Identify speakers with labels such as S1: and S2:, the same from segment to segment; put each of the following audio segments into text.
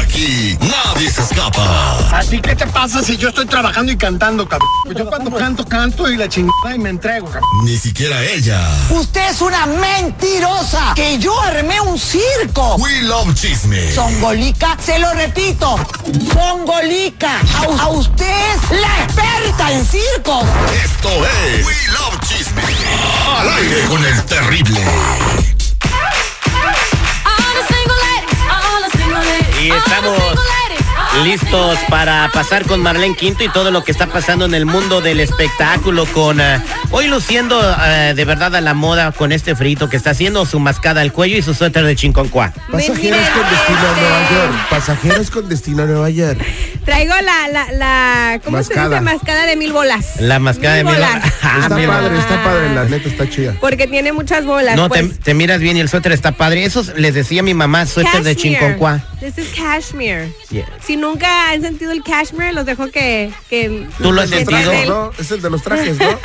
S1: Aquí nadie se escapa.
S2: Así que te pasa si yo estoy trabajando y cantando, cabrón. Yo cuando canto, canto y la chingada y me entrego, cabrón.
S1: Ni siquiera ella.
S3: Usted es una mentirosa. Que yo armé un circo.
S1: We love chisme.
S3: Zongolica, se lo repito. Zongolica. A, a usted es la experta en circo.
S1: Esto es We love chisme. Al aire con el terrible.
S4: Y estamos listos para pasar con Marlene Quinto y todo lo que está pasando en el mundo del espectáculo con ah, hoy luciendo ah, de verdad a la moda con este frito que está haciendo su mascada al cuello y su suéter de chinconcuá.
S5: Pasajeros
S6: Mira,
S5: con destino a
S6: este.
S5: Nueva York. Pasajeros con destino a Nueva York.
S6: Traigo la, la, la, ¿cómo se
S5: Mascada.
S6: dice? Mascada de mil bolas.
S4: La mascada de mil bolas. Ah,
S5: Está
S4: mira.
S5: padre, está padre, la neta está chida.
S6: Porque tiene muchas bolas.
S4: No, te,
S6: pues,
S4: te miras bien y el suéter está padre. Eso les decía mi mamá, suéter de
S6: cashmere.
S4: chinconcuá.
S6: This is cashmere.
S4: Yeah.
S6: Si nunca han sentido el cashmere, los dejo que... que
S4: ¿Tú lo has
S5: Los
S6: que
S4: sentido?
S5: trajes,
S6: traen el-
S5: ¿no? Es el de los trajes, ¿no?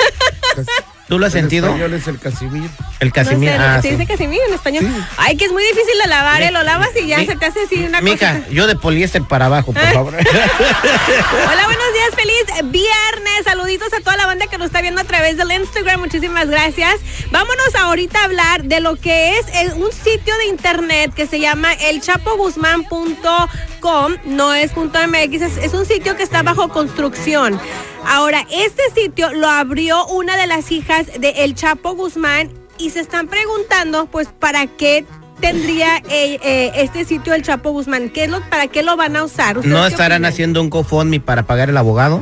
S4: ¿Tú lo has
S5: En
S4: sentido?
S5: español es el Casimir.
S4: El
S6: No sé,
S4: Casimir. ah,
S6: se
S4: sí.
S6: dice casimir en español.
S5: Sí.
S6: Ay, que es muy difícil de lavar, ¿eh? Lo lavas y ya
S4: Mi-
S6: se te hace así una cosa.
S4: Mija, yo de poliéster para abajo, por favor.
S6: Hola, buenos días, feliz viernes. Saluditos a toda la banda que nos está viendo a través del Instagram. Muchísimas gracias. Vámonos ahorita a hablar de lo que es eh, un sitio de internet que se llama elchapoguzmán.com. No es punto .mx, es, es un sitio que está bajo construcción. Ahora, este sitio lo abrió una de las hijas de El Chapo Guzmán y se están preguntando, pues, ¿para qué? tendría eh, eh, este sitio El Chapo Guzmán, ¿Qué es lo, ¿para qué lo van a usar? ¿Ustedes
S4: ¿No
S6: qué
S4: estarán
S6: opinan?
S4: haciendo un GoFundMe para pagar el abogado?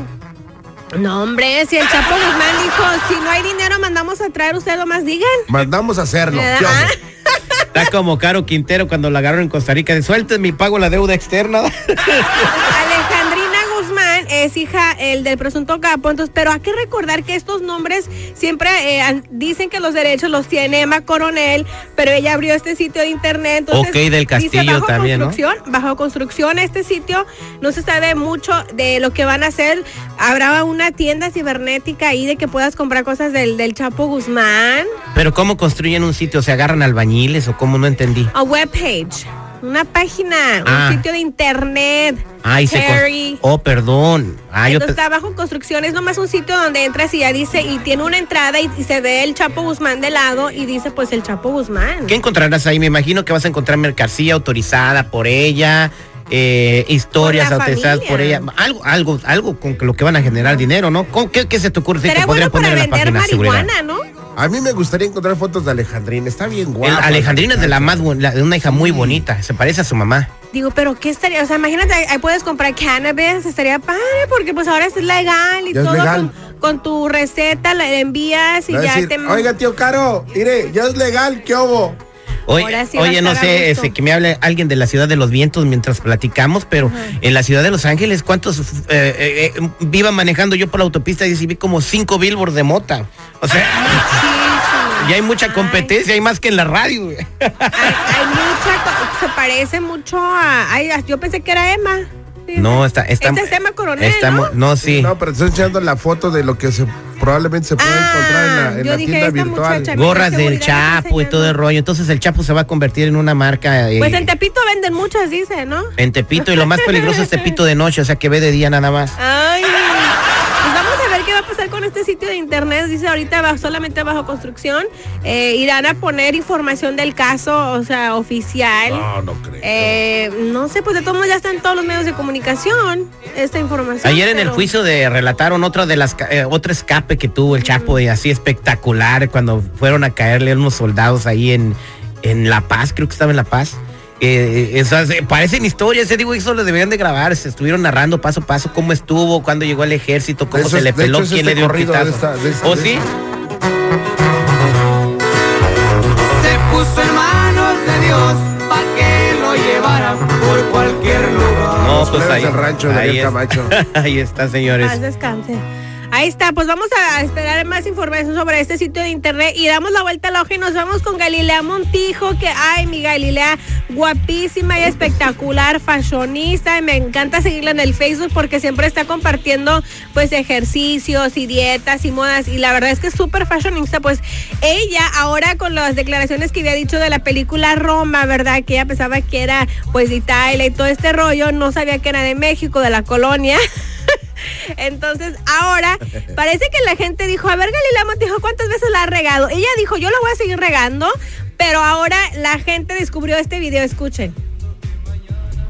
S6: No, hombre, si el Chapo Guzmán dijo, si no hay dinero, mandamos a traer, ustedes lo más digan.
S5: Mandamos a hacerlo.
S6: ¿Verdad?
S5: ¿Qué onda?
S4: Está como Caro Quintero cuando la agarraron en Costa Rica. De suelten mi pago la deuda externa.
S6: Alejandrina Guzmán es hija el del presunto capo, entonces, pero hay que recordar que estos nombres siempre eh, an- dicen que los derechos los tiene Emma Coronel, pero ella abrió este sitio de internet. Entonces,
S4: Ok, del
S6: dice,
S4: Castillo
S6: bajo
S4: también, ¿no?
S6: construcción, Bajo construcción este sitio, no se sabe mucho de lo que van a hacer. Habrá una tienda cibernética ahí de que puedas comprar cosas del, del Chapo Guzmán.
S4: Pero ¿cómo construyen un sitio? ¿Se agarran albañiles o cómo? No entendí.
S6: A webpage, una página,
S4: Ah.
S6: un sitio de internet.
S4: Ay, se cons-
S6: Terry.
S4: Oh, perdón. Ah, yo
S6: Entonces
S4: pe-
S6: está bajo construcción, es nomás un sitio donde entras y ya dice, y tiene una entrada y, y se ve el Chapo Guzmán de lado y dice pues el Chapo Guzmán.
S4: ¿Qué encontrarás ahí? Me imagino que vas a encontrar mercancía autorizada por ella, eh, historias
S6: Por la
S4: autorizadas por
S6: familia.
S4: ella. Algo, algo, algo con lo que van a generar dinero, ¿no? ¿Con qué, qué se te ocurre si
S6: Será
S4: que podrían
S6: bueno para
S4: poner en la
S6: vender
S4: página de seguridad?
S6: marihuana, ¿no?
S5: A mí me gustaría encontrar fotos de Alejandrina. Está bien
S4: El-
S5: guapa.
S4: Alejandrina es de la más bu- la- de una hija
S6: Mm.
S4: muy bonita, se parece a su mamá.
S6: Digo, pero qué estaría, o sea, imagínate, ahí ahí puedes comprar cannabis, estaría padre, porque pues ahora es legal y
S5: Ya es
S6: todo
S5: legal.
S6: Con, con tu receta la envías y
S5: Va a
S6: ya
S5: decir,
S6: te...
S5: Oiga, tío Caro, mire, ya es legal, ¿qué hubo?
S4: Oye,
S6: Ahora sí va a
S4: oye no
S6: estar a
S4: sé,
S6: gusto.
S4: este, que me hable alguien de la ciudad de los vientos mientras platicamos, pero en la ciudad de Los Ángeles, ¿cuántos eh, eh, eh, iba manejando yo por la autopista y sí vi como cinco billboards de mota? O sea,
S6: Muchísimo.
S4: ya hay mucha
S6: Ay.
S4: competencia, hay más que en la radio. güey.
S6: Hay, hay mucha, co- se parece mucho a, ay, yo pensé que era Emma. Sí,
S4: No,
S6: sí.
S4: está, está,
S6: Este es Emma Coronel,
S4: está
S6: ¿no?
S4: mo- no, sí.
S5: No, pero estoy echando la foto de lo que se probablemente se pueda encontrar en la, en
S6: Ah, yo
S5: la
S6: dije,
S5: tienda
S6: esta
S5: virtual.
S6: muchacha-
S4: Gorras del
S6: Seguridad está
S4: Chapo y todo el
S6: enseñando.
S4: rollo. Entonces el Chapo se va a convertir en una marca. eh,
S6: Pues en Tepito venden muchas, dice, ¿no?
S4: en Tepito. Y lo más peligroso es Tepito de noche, o sea que ve de día nada más.
S6: Ay, pues vamos a ver qué va a pasar con este sitio de internet. Dice ahorita bajo- solamente bajo construcción. Eh, irán a poner información del caso, o sea, oficial.
S4: Ah,
S5: No, no creo.
S6: Eh, no sé, pues de todos modos ya están todos los medios de comunicación esta información.
S4: Ayer en el
S6: pero-
S4: juicio de relataron otra de las ca- eh, otro escape que tuvo el Chapo y así espectacular cuando fueron a caerle unos soldados ahí en, en La Paz, creo que estaba en La Paz. Eh, eh, o sea, se- parecen historias, yo digo, eso lo deberían de grabar, se estuvieron narrando paso a paso cómo estuvo, cuándo llegó al ejército, cómo
S5: Eso
S4: se
S5: es-
S4: le
S5: de
S4: peló,
S5: hecho, es
S4: quién
S5: este
S4: le dio el
S5: corrido de
S4: pitazo.
S5: esta- de esta-
S4: ¿O
S5: de
S4: sí?
S5: esta.
S7: se puso en manos de Dios pa' que lo llevara por cualquier lugar.
S4: No, pues
S5: Plebes
S4: ahí,
S5: del rancho de
S4: ahí,
S5: Ariel Camacho.
S4: está, ahí está,
S6: Paz,
S4: señores.
S6: descanse. Ahí está, pues vamos a esperar más información sobre este sitio de internet y damos la vuelta a la hoja y nos vamos con Galilea Montijo, que ay, mi Galilea, guapísima y espectacular, fashionista. y Me encanta seguirla en el Facebook porque siempre está compartiendo pues ejercicios y dietas y modas. Y la verdad es que es súper fashionista. Pues ella ahora con las declaraciones que había dicho de la película Roma, ¿verdad? Que ella pensaba que era pues de Italia y todo este rollo. No sabía que era de México, de la colonia. Entonces, ahora parece que la gente dijo, a ver, Galilea Montijo, ¿cuántas veces la ha regado? Ella dijo, yo la voy a seguir regando, pero ahora la gente descubrió este video, escuchen.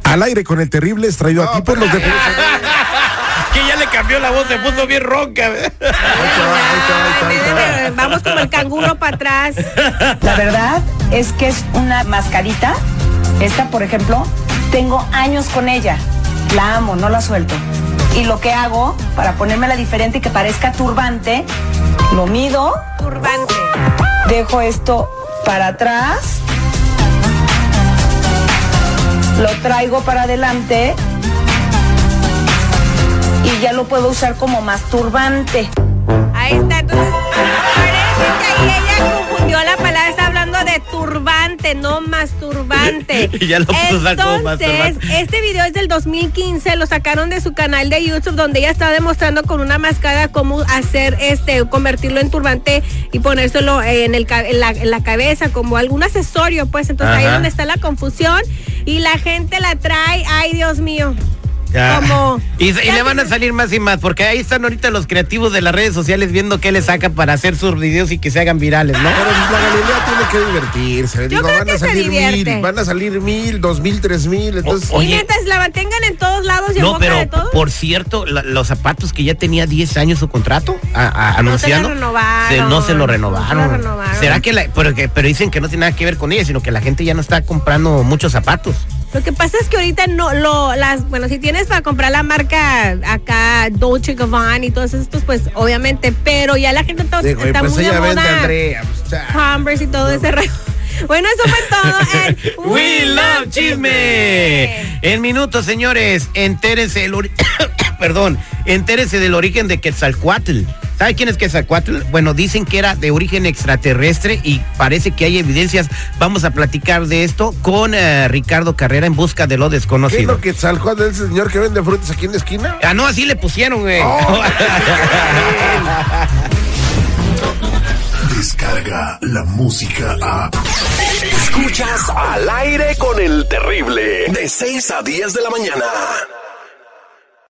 S5: Al aire con el terrible es traído a ti por los de...
S4: Que ya le cambió la voz, se puso bien ronca.
S6: Ay, nene, Vamos como el canguro para atrás.
S8: La verdad es que es una mascarita. Esta, por ejemplo, tengo años con ella. La amo, no la suelto. Y lo que hago para ponérmela diferente y que parezca turbante, lo mido,
S6: Turbante.
S8: dejo esto para atrás, lo traigo para adelante y ya lo puedo usar como masturbante.
S6: Ahí está. Entonces, parece que ahí ella confundió la palabra. Está hablando de turbante, no masturbante.
S4: Y ya lo puso usar como
S6: Entonces,
S4: masturbante.
S6: este video es del 2015. Lo sacaron de su canal de YouTube, donde ella estaba demostrando con una mascada cómo hacer este, convertirlo en turbante y ponérselo en, el, ca- en, la, en la cabeza, como algún accesorio, pues. Entonces, ahí es
S4: Ajá.
S6: donde está la confusión. Y la gente la trae. Ay, Dios mío.
S4: Ya.
S6: Como-
S4: Y, se- y
S6: Ya
S4: le van a
S6: tiene-
S4: salir más y más, porque ahí están ahorita los creativos de las redes sociales viendo qué le saca para hacer sus videos y que se hagan virales, ¿no?
S6: Ah,
S5: Pero pues, la Galilea tiene que divertirse. Digo,
S6: creo
S5: van
S6: que
S5: a
S6: se
S5: salir
S6: divierte.
S5: mil, van a salir mil, dos mil, tres mil. Entonces,
S4: O-
S6: Y
S4: oye.
S6: mientras la mantengan en todos lados y en
S4: No,
S6: boca
S4: pero
S6: de todos.
S4: por cierto, la- los zapatos que ya tenía 10 años su contrato a- a-
S6: No se la
S4: anunciando,
S6: renovaron.
S4: se- no se lo
S6: No se lo
S4: renovaron.
S6: renovaron.
S4: ¿Será que la, pero, que- pero dicen que no tiene nada que ver con ella, sino que la gente ya no está comprando muchos zapatos?
S6: Lo que pasa es que ahorita no lo las bueno si tienes para comprar la marca acá Dolce Gabbana y todos estos pues obviamente pero ya la gente está,
S5: digo, y
S6: está
S5: pues
S6: muy de
S5: ella vende a
S6: moda
S5: Andrea. pues, cha.
S6: Converse y todo ese rollo. Bueno eso fue todo en
S4: We love chisme. En minutos, señores, entérense el ori- perdón, entérense del origen de Quetzalcoatl. ¿Sabe quién es Quetzalcoatl? Bueno, dicen que era de origen extraterrestre y parece que hay evidencias. Vamos a platicar de esto con eh, Ricardo Carrera en busca de lo
S5: ¿Qué es
S4: desconocido.
S5: lo que Saljuan es el señor que vende frutas aquí en la esquina?
S4: Ah, no, así le pusieron, eh. güey.
S5: Oh.
S9: Descarga la música a. Escuchas al aire con el terrible. De 6 a 10 de la mañana.